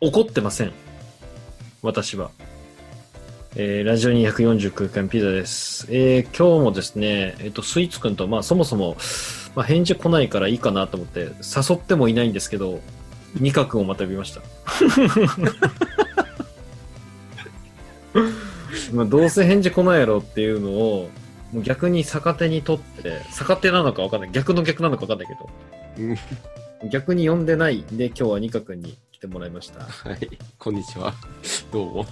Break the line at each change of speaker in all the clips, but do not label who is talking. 怒ってません。私は。えーラジオ249回目ピザです。えー今日もですね、えっ、と、スイーツくんと、まあ、そもそも、まあ、返事来ないからいいかなと思って、誘ってもいないんですけど、二角をまた呼びました。 まあ、どうせ返事来ないやろっていうのを、もう逆に逆手に取って、逆手なのかわかんない。逆の逆なのかわかんないけど。
うん
逆に呼んでないんで今日はニカ君に来てもらいました
はい、こんにちは。 どうも。
も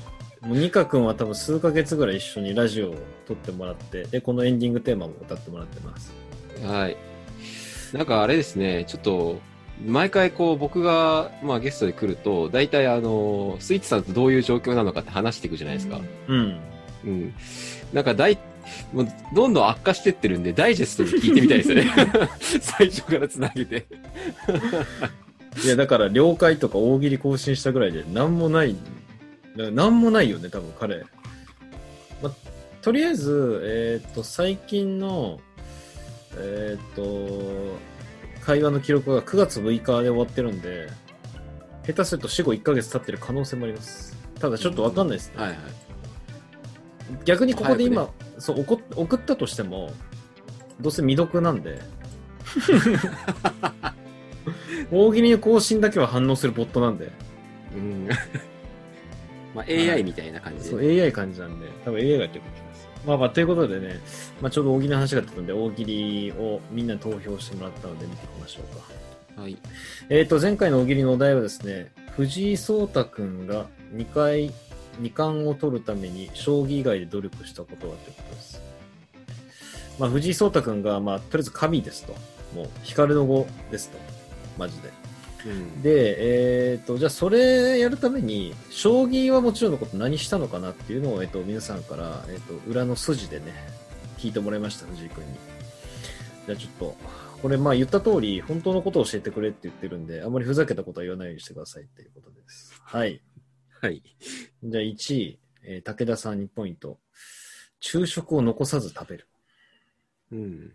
うニカ君は多分数ヶ月ぐらい一緒にラジオを撮ってもらってでこのエンディングテーマも歌ってもらってます
はい。なんかあれですね、ちょっと、毎回こう僕が、まあ、ゲストで来ると、大体あの、スイッチさんとどういう状況なのかって話していくじゃないですか。
うん
うん。なんか大、もうどんどん悪化してってるんで、ダイジェストで聞いてみたいです ね。最初からつなげて。
いやだから了解とか大喜利更新したぐらいで何もないだから何もないよね多分彼、ま、とりあえずえっ、と最近のえっ、と会話の記録が9月6日で終わってるんで下手すると死後1ヶ月経ってる可能性もありますただちょっとわかんないですね、
はいはい。
逆にここで今、
早
そう送っ送ったとしてもどうせ未読なんで大喜利の更新だけは反応するボットなんで
うん。 ま
は
あ、AI
い
みたいな感じ
そう
で。
AI 感じなんで多分 AI がやってると思いますまあまあということでね、まあ、ちょうど大喜利の話が出たんで大喜利をみんなに投票してもらったので見ていきましょうか
はい。
えっ、と前回の大喜利のお題はですね藤井聡太くんが2回二冠を取るために将棋以外で努力したことはということです、まあ、藤井聡太くんが、まあ、とりあえず神ですともう光の碁ですとマジで
うん。
で、えっとじゃあそれやるために将棋はもちろんのこと何したのかなっていうのを、えっと皆さんから、えっと裏の筋でね聞いてもらいました藤井君にじゃあちょっとこれまあ言った通り本当のことを教えてくれって言ってるんであまりふざけたことは言わないようにしてくださいっていうことですはい
はい。
じゃあ1位、えー武田さん2ポイント昼食を残さず食べる
うん。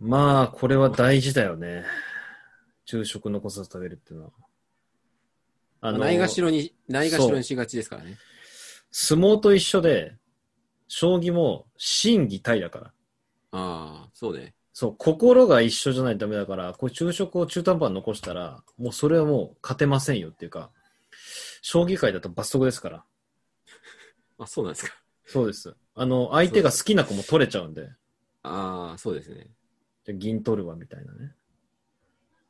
まあこれは大事だよね昼食残さず食べるっていうのはあ
ないがしろに、ないがしろにしがちですからね。
相撲と一緒で、将棋も心技体だから。
ああ、そうね。
そう、心が一緒じゃないとダメだから、こう昼食を中途半端に残したら、もうそれはもう勝てませんよっていうか、将棋界だと罰則ですから。
あ、そうなんですか。
そうです。あの、相手が好きな子も取れちゃうんで、
ああ、そうですね。
じゃあ銀取るわみたいなね。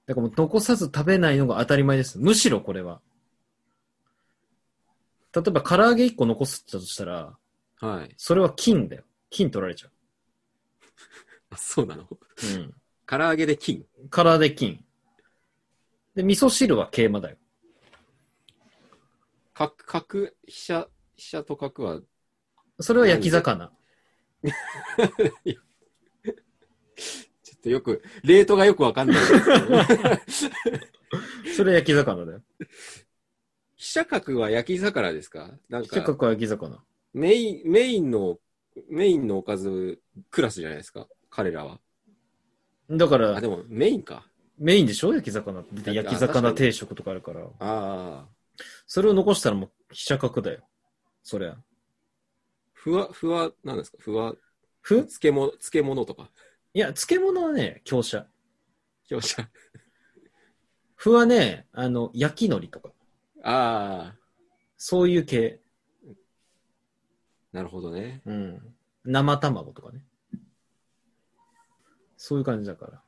だからもう残さず食べないのが当たり前です。むしろこれは。例えば唐揚げ1個残すって言ったとしたら、
はい。
それは金だよ。金取られちゃう。
あそうなの。
うん。
唐揚げで金。
カラーで金。で、味噌汁は桂馬だよ。
角、角、飛車、飛車と角は、
それは焼き魚。
ちょっとよく、レートがよくわかんないですけど。
それは焼き魚だよ。
飛車角は焼き魚ですかなん
せっ
か
か、くは焼き魚。
メイン、メインの、メインのおかずクラスじゃないですか。彼らは。
だか
あ、
ら
で、もメインか。
メインでしょ焼き魚って。焼き魚定食とかあるから。
ああ。
それを残したらもう飛車角だよ。そりゃ。
ふわ、ふわ、なんですかふわ、
ふ
漬物、漬物とか。
いや、漬物はね、強者。
よっしゃ。
ふはね、あの、焼き海苔とか。
ああ。
そういう系。
なるほどね。
うん。生卵とかね。そういう感じだから。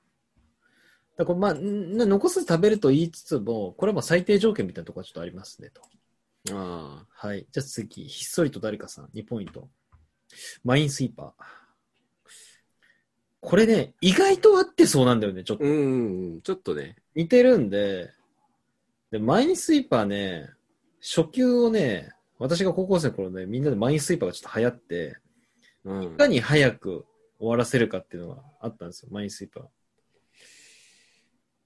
だからまあ、ん残さず食べると言いつつも、これはまあ最低条件みたいなところはちょっとありますねと。
ああ。
はい。じゃあ次、ひっそりと誰かさん、2ポイント。マインスイーパー。これね、意外と合ってそうなんだよね、ちょっと。
うん、ちょっとね。
似てるんで、で、マインスイーパーね、初級をね、私が高校生の頃ね、みんなでマインスイーパーがちょっと流行って、
うん
いかに早く終わらせるかっていうのがあったんですよ、マインスイーパー。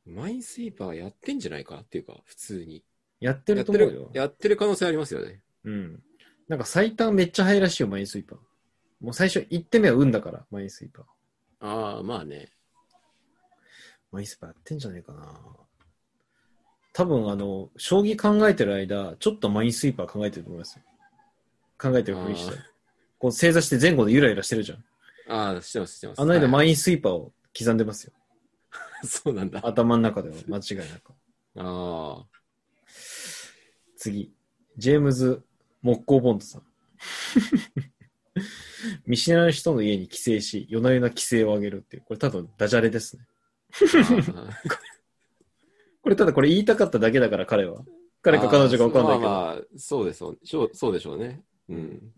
マインスイーパーやってんじゃないかっていうか、普通に。
やって
や
る
っ
と
て
思う
る
よ、。
やってる可能性ありますよね。
うん。なんか最短めっちゃ早いらしいよ、マインスイーパー。もう最初1手目は運だから、マインスイーパー。
ああ、まあね。
マインスイーパーやってんじゃねえかな。多分あの、将棋考えてる間、ちょっとマインスイーパー考えてると思いますよ。考えてるふりして
あー。
こう正座して前後でゆらゆらしてるじゃん。
ああ、してます、してます。
あの間
は
マインスイーパーを刻んでますよ。
い そうなんだ。あ
頭の中では間違いなく。
あ。
次。ジェームズ・木工ボンドさん。 見知らない人の家に帰省し、夜な夜な帰省をあげるっていう。これただダジャレですね。これただこれ言いたかっただけだから彼は。 彼か彼女かわかんないけど。
まあまあ、そうでしょうそう。そうでしょうね。うん。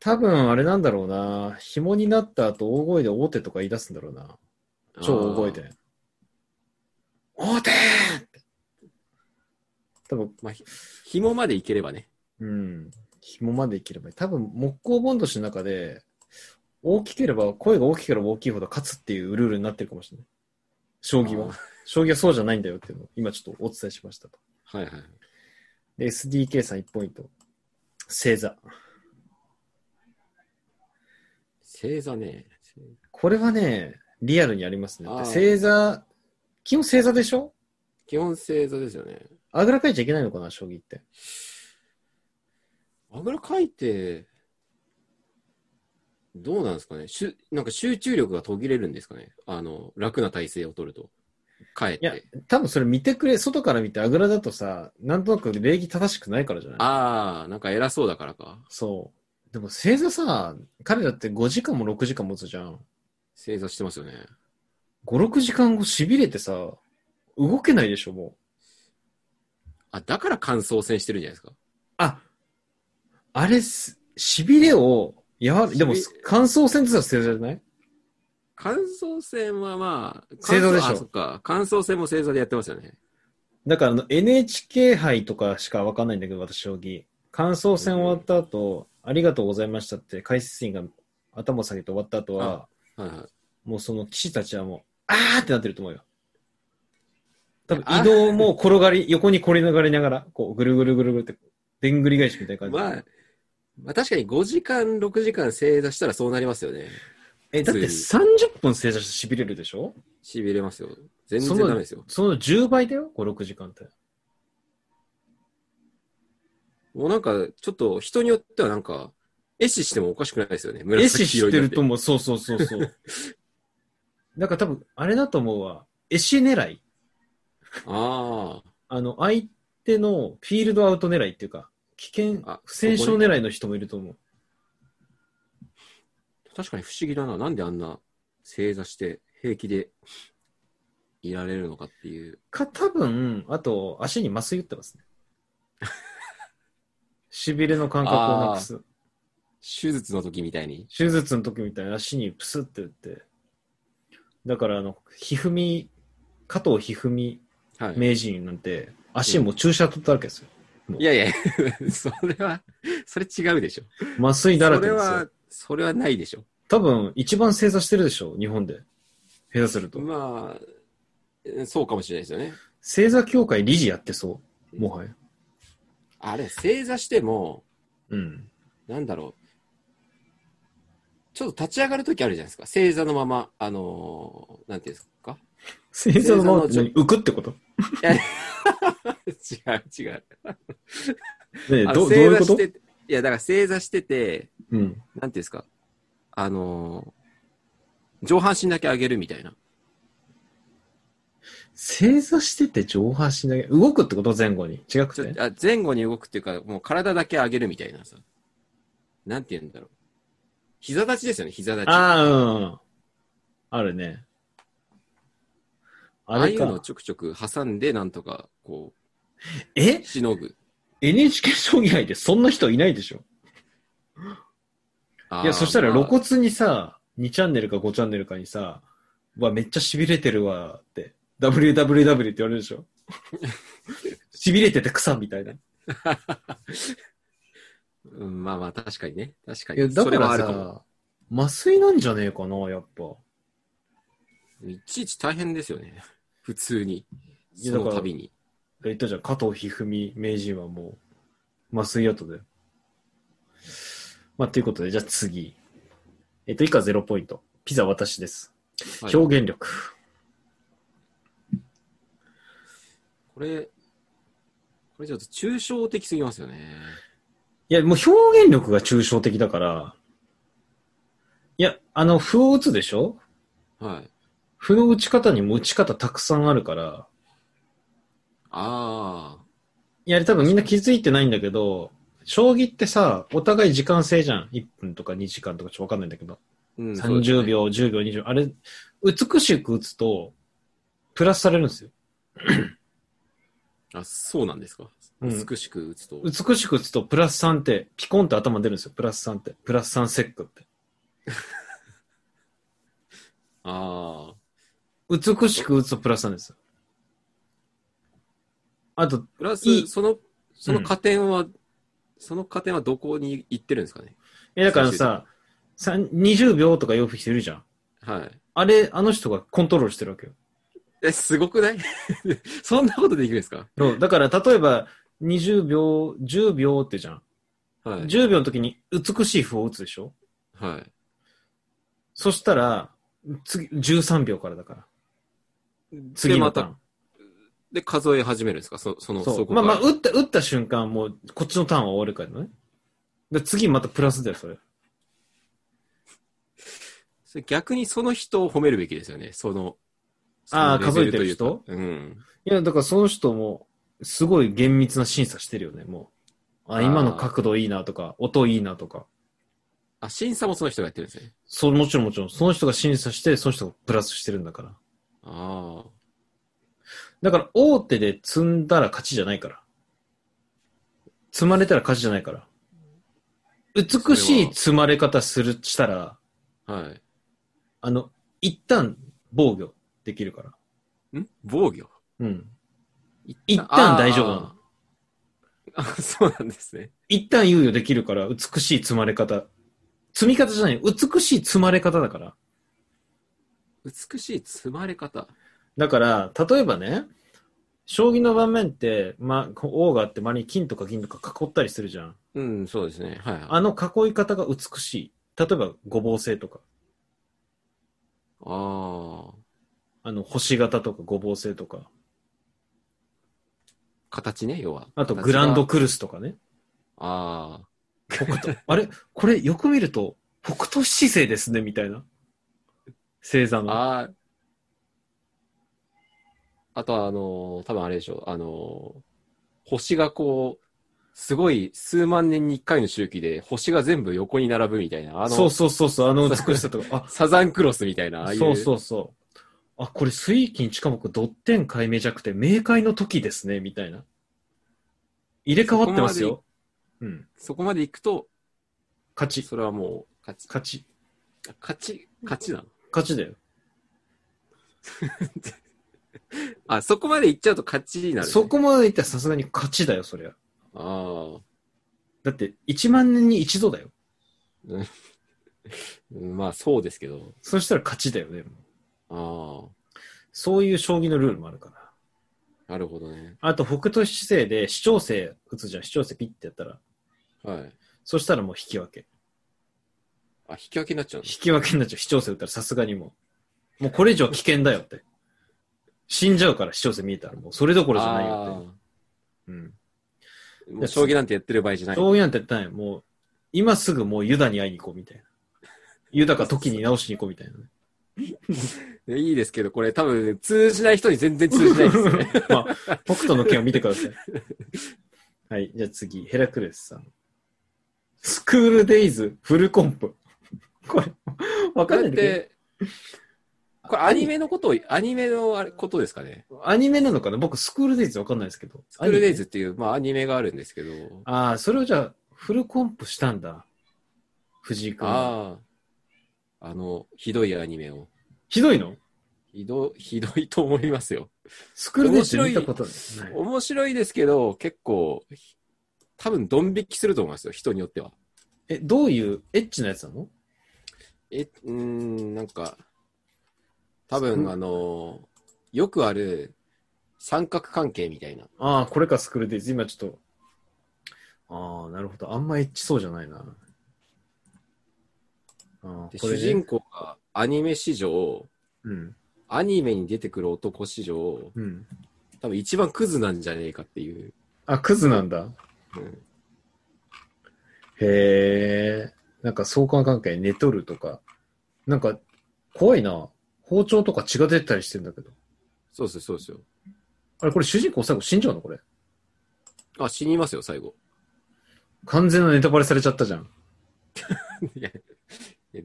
多分あれなんだろうな。紐になった後大声で大手とか言い出すんだろうな。超大声
あ
で。大手って。多分、
ー。まあ、ひ紐までいければね。
うん。紐までいければいい。多分、木工ボンド氏の中で、大きければ、声が大きければ大きいほど勝つっていうルールになってるかもしれない。将棋
あ
は。将棋はそうじゃないんだよっていうのを今ちょっとお伝えしましたと。
はいはい。
で、SDK さん1ポイント。正座。
正座ね。
これはね、リアルにありますね
あ。ー
正座、基本正座でしょ
基本正座ですよね。
あぐらかいちゃいけないのかな、将棋って。
あぐらかいて、どうなんですかねしゅなんか集中力が途切れるんですかねあの、楽な体勢を取ると。かえっ
いや
て。
多分それ見てくれ、外から見てあぐらだとさ、なんとなく礼儀正しくないからじゃない
ああ、なんか偉そうだからか。
そう。でも正座さ、彼だって5時間も6時間持つじゃん。
正座してますよね。
5、6時間後痺れてさ、動けないでしょ、もう。
あ、だから感想戦してるんじゃないですか。
あ、あれす、痺れを、やわ、でも
しび、
感想戦ってさ、正座じゃない
感想戦はまあ、
正座でしょ
感想あそっか。感想戦も正座でやってますよね。
だからあの NHK 杯とかしかわかんないんだけど、私、将棋。感想戦終わった後、ありがとうございましたって解説員が頭を下げて終わった後は、
はいはい。
もうその騎士たちはもう、あーってなってると思うよ。多分移動も転がり、横に転がりながら、こう、ぐるぐるぐるぐるって、でんぐり返しみたいな感じ。
まあ、まあ確かに5時間、6時間正座したらそうなりますよね。
え、だって30分正座して痺れるでしょ
痺れますよ。全
そ
然
の
ダメですよ。
その10倍だよ、5、6時間って。
もうなんか、ちょっと人によってはなんか、絵師してもおかしくないですよね。
絵
紫
師知
色
っ
にな
て
っ
ると思う。そうそうそう そう。だから多分、あれだと思うわ。絵師狙い。
ああ。
あの、相手のフィールドアウト狙いっていうか、危険
あ、
不戦勝狙いの人もいると思う。
確かに不思議だな。なんであんな正座して平気でいられるのかっていう。
か、多分、あと、足に麻酔打って ますね。痺れの感覚をなくす。
手術の時みたいに。
手術の時みたいに足にプスって打って。だから、あの、ひふみ、加藤ひふみ
はい。
名人なんて、足もう注射取ったわけですよ。
いやい や、それは、それ違うでしょ。
麻酔だら
そ
け
れ
です
は
よ。、
それはないでしょ。
多分、一番正座してるでしょ、日本で。下手すると。
まあえー、そうかもしれないですよね。
正座協会理事やってそう。もはや。
あれ、正座しても、
うん。
なんだろう。ちょっと立ち上がるときあるじゃないですか。正座のまま、あのーなんていうんですか。
正座のまま
正座の
何浮くってこと
違う違う。
ねえ
あ
どど
の
ういう
正
こ
座
と
して、いや、だから正座してて、
うん。
なんていうんですか。あのー上半身だけ上げるみたいな。
正座してて上半身だけ動くってこと前後に違く
ちょ
て
あ前後に動くっていうか、もう体だけ上げるみたいなさ。なんて言うんだろう。膝立ちですよね、膝立ち。あ
ああうんあるねあ
あ
れ
いうのを
か
ちょくちょく挟んで、なんとか、こ
え
う、しのぐ。
NHK 将棋杯でそんな人いないでしょ
あー
いやそしたら露
まあ
骨にさ2チャンネルか5チャンネルかにさうわめっちゃ痺れてるわって WWW って言われるでし ょ痺れてて草みたいな
うん、まあまあ、確かにね。確か
いや
に。
だ
そ
か
れは
ら
あるかも。
さ麻酔なんじゃねえかなやっぱ
いちいち大変ですよね。普通に。
いや
そ
だか
の
ら
度に。
言ったじゃん、加藤一二三名人はもう、麻酔跡で。まあ、ということで、じゃあ次。えっと、以下0ポイント。ピザ私です。
はい
表現力。
これ、これちょっと抽象的すぎますよね。
いや、もう表現力が抽象的だから、いや、あの、歩を打つでしょ
はい。
歩の打ち方にも打ち方たくさんあるから、
あ
いや、多分みんな気づいてないんだけど、将棋ってさ、お互い時間制じゃん。1分とか2時間とかちょっとわかんないんだけど。
ー。うんそうですね
30秒、10秒、20秒。あれ、美しく打つと、プラスされるんですよ。
あ、そうなんですか。
うん
美しく打つと。
美しく打つと、プラス3って、ピコンって頭出るんですよ。プラス3って。プラス3セックって。
ああ。
美しく打つとプラス3ですよ。あと、
プラ
いい
ス、その、その加点は、その加点はどこに行ってるんですかね。
え、だからさ、さん20秒とか洋服着てるじゃん。
はい。
あれ、あの人がコントロールしてるわけよ。
え、すごくない そんなことできるんですか
そうだから、例えば、20秒、10秒ってじゃん。
はい。
10秒の時に美しい歩を打つでしょ
はい。
そしたら、次、13秒からだから。
で、
次の
ま
タ
た
ー、
で、数え始めるんですかそその、
ン。そう。
こ
ま
か
あまあ、
ら
打った、打った瞬間、もう、こっちのターンは終わるからね。で、次またプラスだよ、それ。
それ逆にその人を褒めるべきですよね。その、
あー
そのレベルというか
数
うん。
いや、だからその人も、すごい厳密な審査してるよね、もう。あ、
あー
今の角度いいなとか、音いいなとか。
あ、審査もその人がやってるんですね。
そう、もちろんもちろん、その人が審査して、その人がプラスしてるんだから。
ああ。
だから、大手で積んだら勝ちじゃないから。積まれたら勝ちじゃないから。美しい積まれ方する、したら、
はい。
あの、一旦防御できるから。
ん防御
うん。一旦大丈夫なの。
あーあ、そうなんですね。
一旦猶予できるから、美しい積まれ方。積み方じゃない、美しい積まれ方だから。
美しい積まれ方。
だから、例えばね、将棋の盤面って、まあ、こう王があって、周りに金とか銀とか囲ったりするじゃん。
うん、そうですね。はい、はい。
あの囲い方が美しい。例えば、ごぼう星とか、
ああ。
あの、星型とかごぼう星とか、
形ね、要は。
あとグランド
形が。
クルスとかね。
ああ。
北 斗あれこれよく見ると、北斗七星ですね、みたいな。星座の。
ああ。あとは、あのー多分あれでしょう。あのー星がこう、すごい数万年に一回の周期で星が全部横に並ぶみたいな。あの、
そうそうそうそう、あの美しさとか。
サザンクロスみたいな。ああ
あ、
いう。
そうそううそう。あ、これ水金地下木ドッテン解明弱点、明解の時ですね、みたいな。入れ替わってますよ。うん。
そこまで行くと、
勝ち。
それはもう、勝ち。
勝ち。
勝ち、勝ちなの。
勝ちだよ。
あ、そこまで行っちゃうと勝ちになる、ね。
そこまでいったらさすがに勝ちだよ、そりゃ。
ああ。
だって、1万年に一度だよ。
うんまあ、そうですけど。
そしたら勝ちだよね。もう
あ
そういう将棋のルールもあるから。
あ。なるほどね。
あと、北斗七星で視聴星打つじゃん。視聴星ピッてやったら。
はい。
そしたらもう引き分け。
あ、引き分けになっちゃう
引き分けになっちゃう。視聴星打ったらさすがにもう。もうこれ以上は危険だよって。死んじゃうから視聴星見えたらもうそれどころじゃないよって。うん。
あーもう将棋なんてやってる場合じゃない。
将棋なんてやってない。もう、今すぐもうユダに会いに行こうみたいな。ユダか時に直しに行こうみたいなね。
いいですけど、これ多分通じない人に全然通じない ですね。
まあ、北斗の拳を見てください。はい、じゃあ次、ヘラクレスさん。スクールデイズフルコンプ。これ、わ
こ
かんない
れっ
んだけ
て、これアニメのことを、アニメのあれことですかね。
ど、アニメなのかな僕、スクールデイズわかんないですけど。
スクールデイ
アニメ
ズっていう、まあアニメがあるんですけど、
ああ、それをじゃあ、フルコンプしたんだ。藤井君。
ああ、あの、ひどいアニメを。
ひどいの
ひど、ひどいと思いますよ。
スクールデイズ見たことない。はい
面白いですけど、結構、多分ドン引きすると思いますよ、人によっては。
え、どういうエッチなやつなの
え、うーん、なんか、多
うん
分、あの、よくある三角関係みたいな。
ああ、これか、スクールデイズ。今ちょっと。ああ、なるほど。あんまエッチそうじゃないな。ああ、
で
これ、
主
ね、
人公がアニメ史上、
うん。
アニメに出てくる男史上、
うん。
多分一番クズなんじゃねえかっていう。
あ、クズなんだ。
うん
へえ。なんか相関関係、寝とるとか。なんか、怖いな。包丁とか血が出たりしてんだけど。
そうですよ、そうですよ。
あれ、これ主人公最後死んじゃうのこれ。
あ、死にますよ、最後。
完全なネタバレされちゃったじゃん。
いや、いや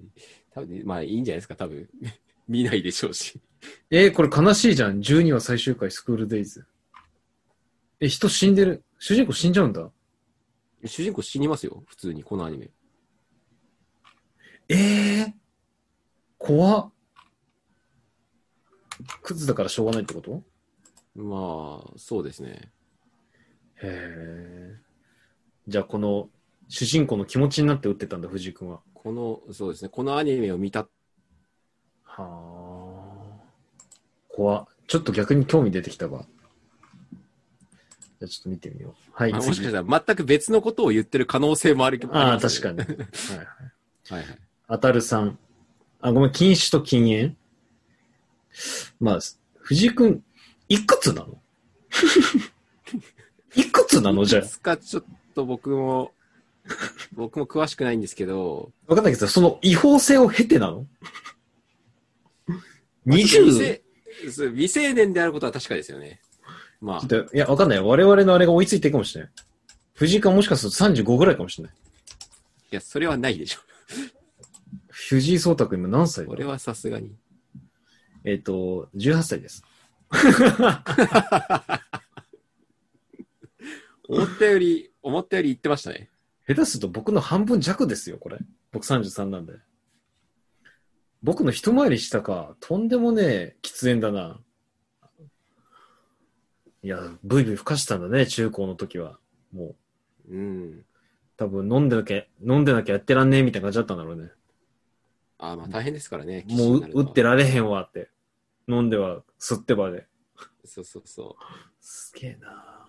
多分まあいいんじゃないですか、多分 見ないでしょうし。
えー、これ悲しいじゃん。12話最終回、スクールデイズ。え、人死んでる。主人公死んじゃうんだ。
主人公死にますよ、普通に、このアニメ。
ええー、怖っ。クズだからしょうがないってこと
まあ、そうですね。
へえ。じゃあ、この、主人公の気持ちになって打ってたんだ、藤井君は。
この、そうですね、このアニメを見た、
はあ。怖っちょっと逆に興味出てきたわ。じゃあ、ちょっと見てみよう。はい。
まあもしかし
次
たら全く別のことを言ってる可能性もあるけど。
ああ、確か
に。
に。はい。
はいはい。
あたるさん。あ、ごめん、禁酒と禁煙まあ、藤井君、いく つなのいくつなのじゃ
いつかちょっと僕も、 僕も詳しくないんですけど、
あ。わかんないけど、その違法性を経てなの
未
?20?
成そう未成年であることは確かですよね。まあ
ち、ょっと、いや、わかんない。我々のあれが追いついていくかもしれない。藤井君はもしかすると35ぐらいかもしれない。
いや、それはないでしょ。
藤井聡太君今何歳だ
これはさすがに。
えっ、と、18歳です。
思ったより、思ったより言ってましたね。
下手すると僕の半分弱ですよ、これ。僕33なんで。僕の一回り下か、とんでもねえ喫煙だな。いや、ブイブイ吹かしたんだね、中高の時は。もう、
うん。
多分飲んでなきゃ、飲んでなきゃやってらんねえみたいな感じだったんだろうね。
あまあ大変ですからね。
もう
棋士になるの
打
は
ってられへんわって。飲んでは、吸ってばで。
そうそうそう。
すげえな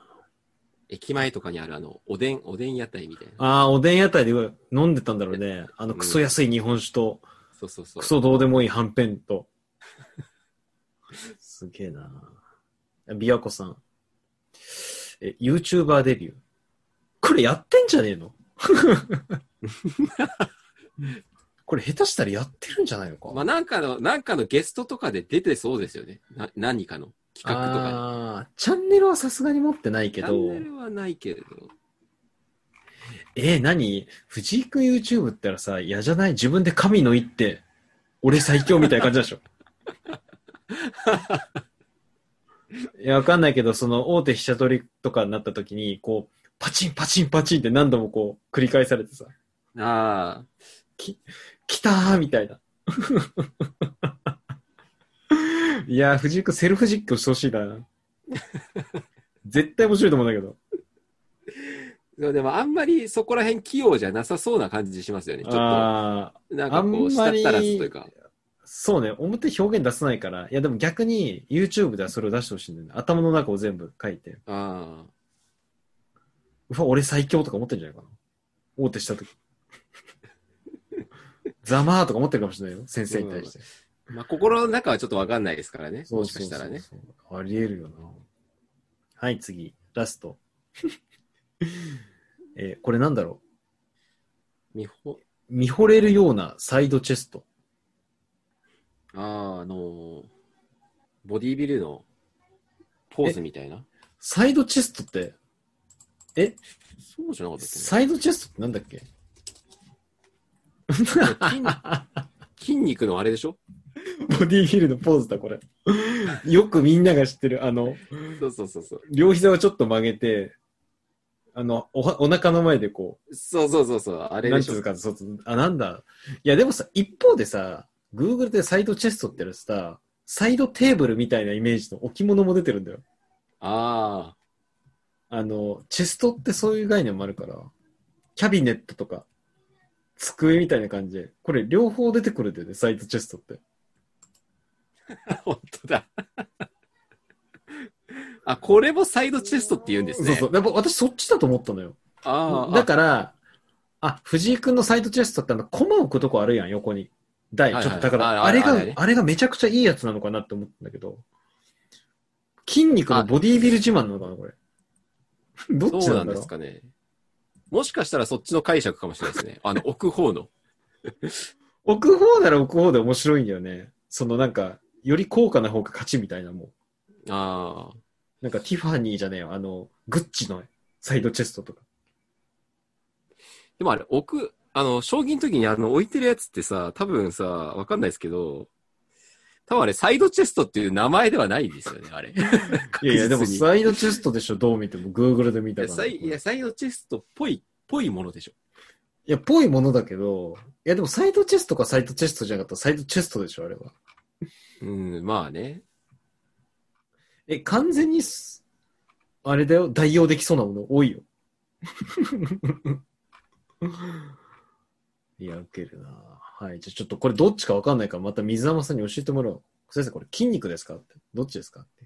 駅前とかにあるあの、おでん、おでん屋台みたいな。
ああ、おでん屋台で飲んでたんだろうね。あの、クソ安い日本酒と、
そうそうそう。
クソどうでもいいはんぺんと。 すげえな琵琶湖さん。え、YouTuber デビュー。これやってんじゃねえ のこれ下手したらやってるんじゃないのか、
まあなんかの、なんかのゲストとかで出てそうですよね。な何かの企画とかに。
あーチャンネルはさすがに持ってないけ
チャ
ど
ン、ネルはないけれど。
えー、何藤井くん YouTube って言ったらさ、嫌じゃない自分で神の一手、俺最強みたいな感じなんでしょいや、わかんないけど、その大手飛車取りとかになった時に、こう、パチンパチンパチンって何度もこう、繰り返されてさ、
ああ、
来たーみたいな。いや、藤井くんセルフ実況してほしいな。絶対面白いと思うんだけど。
でもでもあんまりそこら辺器用じゃなさそうな感じしますよね。ちょっと、な
あー
ん
あ
かこう、
んま
下
り
ったらずというか。
そうね、表表現出さないから、いやでも逆に YouTube ではそれを出してほしいんだよね。頭の中を全部書いて、
ああ。
うわ、俺最強とか思ってんじゃないかな。大手 した時。ざまーとか思ってるかもしれないよ、先生に対して。
まあ心の中はちょっとわかんないですからね。
そう
もしかしたらね。
そうそうそう。ありえるよな。はい、次、ラスト。 えーこれなんだろ
みほ、
う。見惚れるようなサイドチェスト。
ああ、あのーボディービルのポーズみたいな。
サイドチェストって、え、
そうじゃなかったっけ
サイドチェストってなんだっ け
筋肉のあれでしょ
ボディーヒルのポーズだ、これ。よくみんなが知ってる、あの、
そうそうそうそう。
両膝をちょっと曲げて、あの、おはお腹の前でこ
そうそうそうそう。あ
う、
れ
な
で
ん
してょ
いうか、そうそうあ、なんだ。いや、でもさ、一方でさ、Google でサイドチェストってやるとさ、サイドテーブルみたいなイメージの置物も出てるんだよ。
ああ。
あの、チェストってそういう概念もあるから、キャビネットとか、机みたいな感じで、これ両方出てくるんだよね、サイドチェストって。
本当だ。あ、これもサイドチェストって言うんですね。
そうそう。やっぱ私そっちだと思ったのよ。
ああ。
だから、あ、藤井くんのサイドチェストってあの、コマを置くとこあるやん、横に。台、
はい
ち
は
ょ
い
っとだか
あ
ら、
あ
あれ
あれね
が、あれがめちゃくちゃいいやつなのかなって思ったんだけど、筋肉のボディービル自慢なのかな、これ。 どっち
そう
な
なんん
だ
で
ろう
すかね。もしかしたらそっちの解釈かもしれないで すね。あの、置く方の。
置く方なら置く方で面白いんだよね。そのなんか、より高価な方が勝ちみたいなもん。
ああ。
なんかティファニーじゃねえよ。あの、グッチのサイドチェストとか。
でもあれ、置く、あの、将棋の時にあの、置いてるやつってさ、多分さ、わかんないですけど、多分あれ、サイドチェストっていう名前ではないですよね、あれ。
いやいや、でも
確実に
サイドチェストでしょ、どう見ても。Google で見
い
た
や
から。
サイいや、サイドチェストっぽい、ぽいものでしょ。
いや、ぽいものだけど、いや、でもサイドチェストかサイドチェストじゃなかったらサイドチェストでしょ、あれは。
うん、まあね。
え、完全にす、あれだよ、代用できそうなもの多 いよ。いや、ウケるなはい、じゃあちょっとこれどっちかわかんないから、また水山さんに教えてもらおう。先生、これ筋肉ですかって。どっちですかって。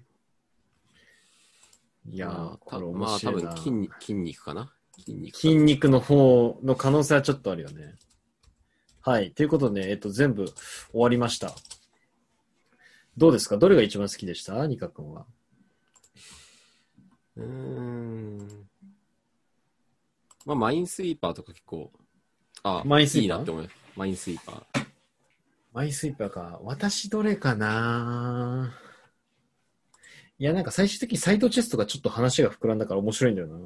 い
い
やー、これ面
まあ、多
白いな、
分筋肉、筋肉かな。筋肉か。
筋肉の方の可能性はちょっとあるよね。はい。ということで、えっと、全部終わりました。どうですかどれが一番好きでしたニカ君は。
うーん。まあ、マインスイーパーとか結構、あ、
マインスイーパー
いいなって思います。マインスイーパー。
マイスイーパーか。私どれかないや、なんか最終的にサイドチェストがちょっと話が膨らんだから面白いんだよ な。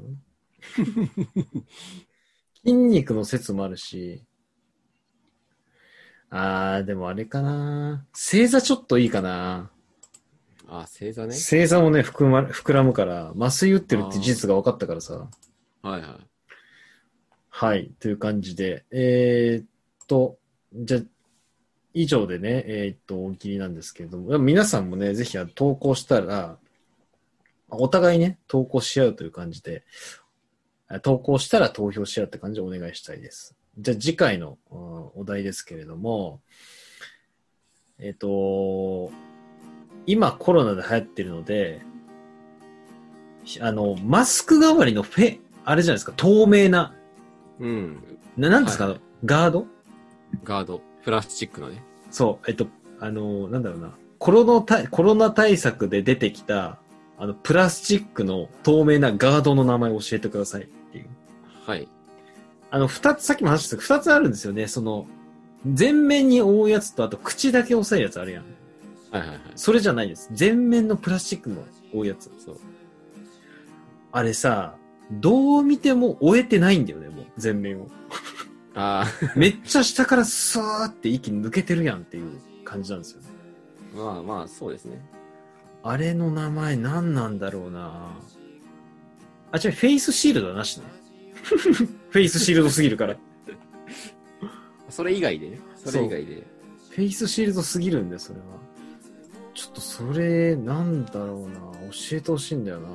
筋肉の説もあるし。あー、でもあれかな正座ちょっといいかな
あ、星座ね。
星座もね、膨,、ま、膨らむから、麻酔打ってるって事実が分かったからさ。
はいはい。
はい、という感じで。えーっと、じゃあ以上でね、えーっと、大喜利なんですけれども、でも皆さんもね、ぜひあの投稿したら、お互いね、投稿し合うという感じで、あ投稿したら投票し合うって感じでお願いしたいです。じゃあ次回のうんお題ですけれども、えーっと、今コロナで流行ってるので、あの、マスク代わりのフェ、あれじゃないですか、透明な、
うん。
ななんですか、
はい
ガード
ガード。プラスチックのね。
そう、えっと、あのーなんだろうな、コロナ対コロナ対策で出てきた、あの、プラスチックの透明なガードの名前を教えてくださいっていう。
はい。
あの、二つ、さっきも話したけど、二つあるんですよね。その、全面に覆うやつと、あと口だけ押さえるやつあるやん。
はいはいはい。
それじゃないです。全面のプラスチックの覆うやつ。
そう。
あれさ、どう見ても終えてないんだよね、もう、全面 を。
ああ、
めっちゃ下からスーって息抜けてるやんっていう感じなんですよね。
まあまあ、そうですね。
あれの名前何なんだろうなあ、違う、フェイスシールドはなしね。フェイスシールドすぎるから。
それ以外でね。それ以外で。
フェイスシールドすぎるんで、それは。ちょっとそれ、なんだろうな教えてほしいんだよな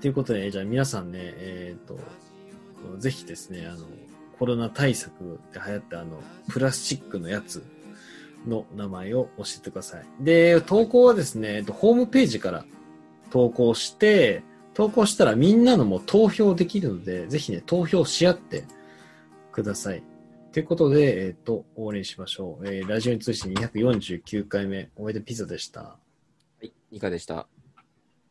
ということで、じゃあ皆さんね、えっ、と、ぜひですね、あの、コロナ対策で流行ったあの、プラスチックのやつの名前を教えてください。で、投稿はですね、えっとホームページから投稿して、投稿したらみんなのも投票できるので、ぜひね、投票し合ってください。ということで、えっ、と、終わりにしましょう。えーラジオに通信249回目、おめでピザでした。
はい。以下でした。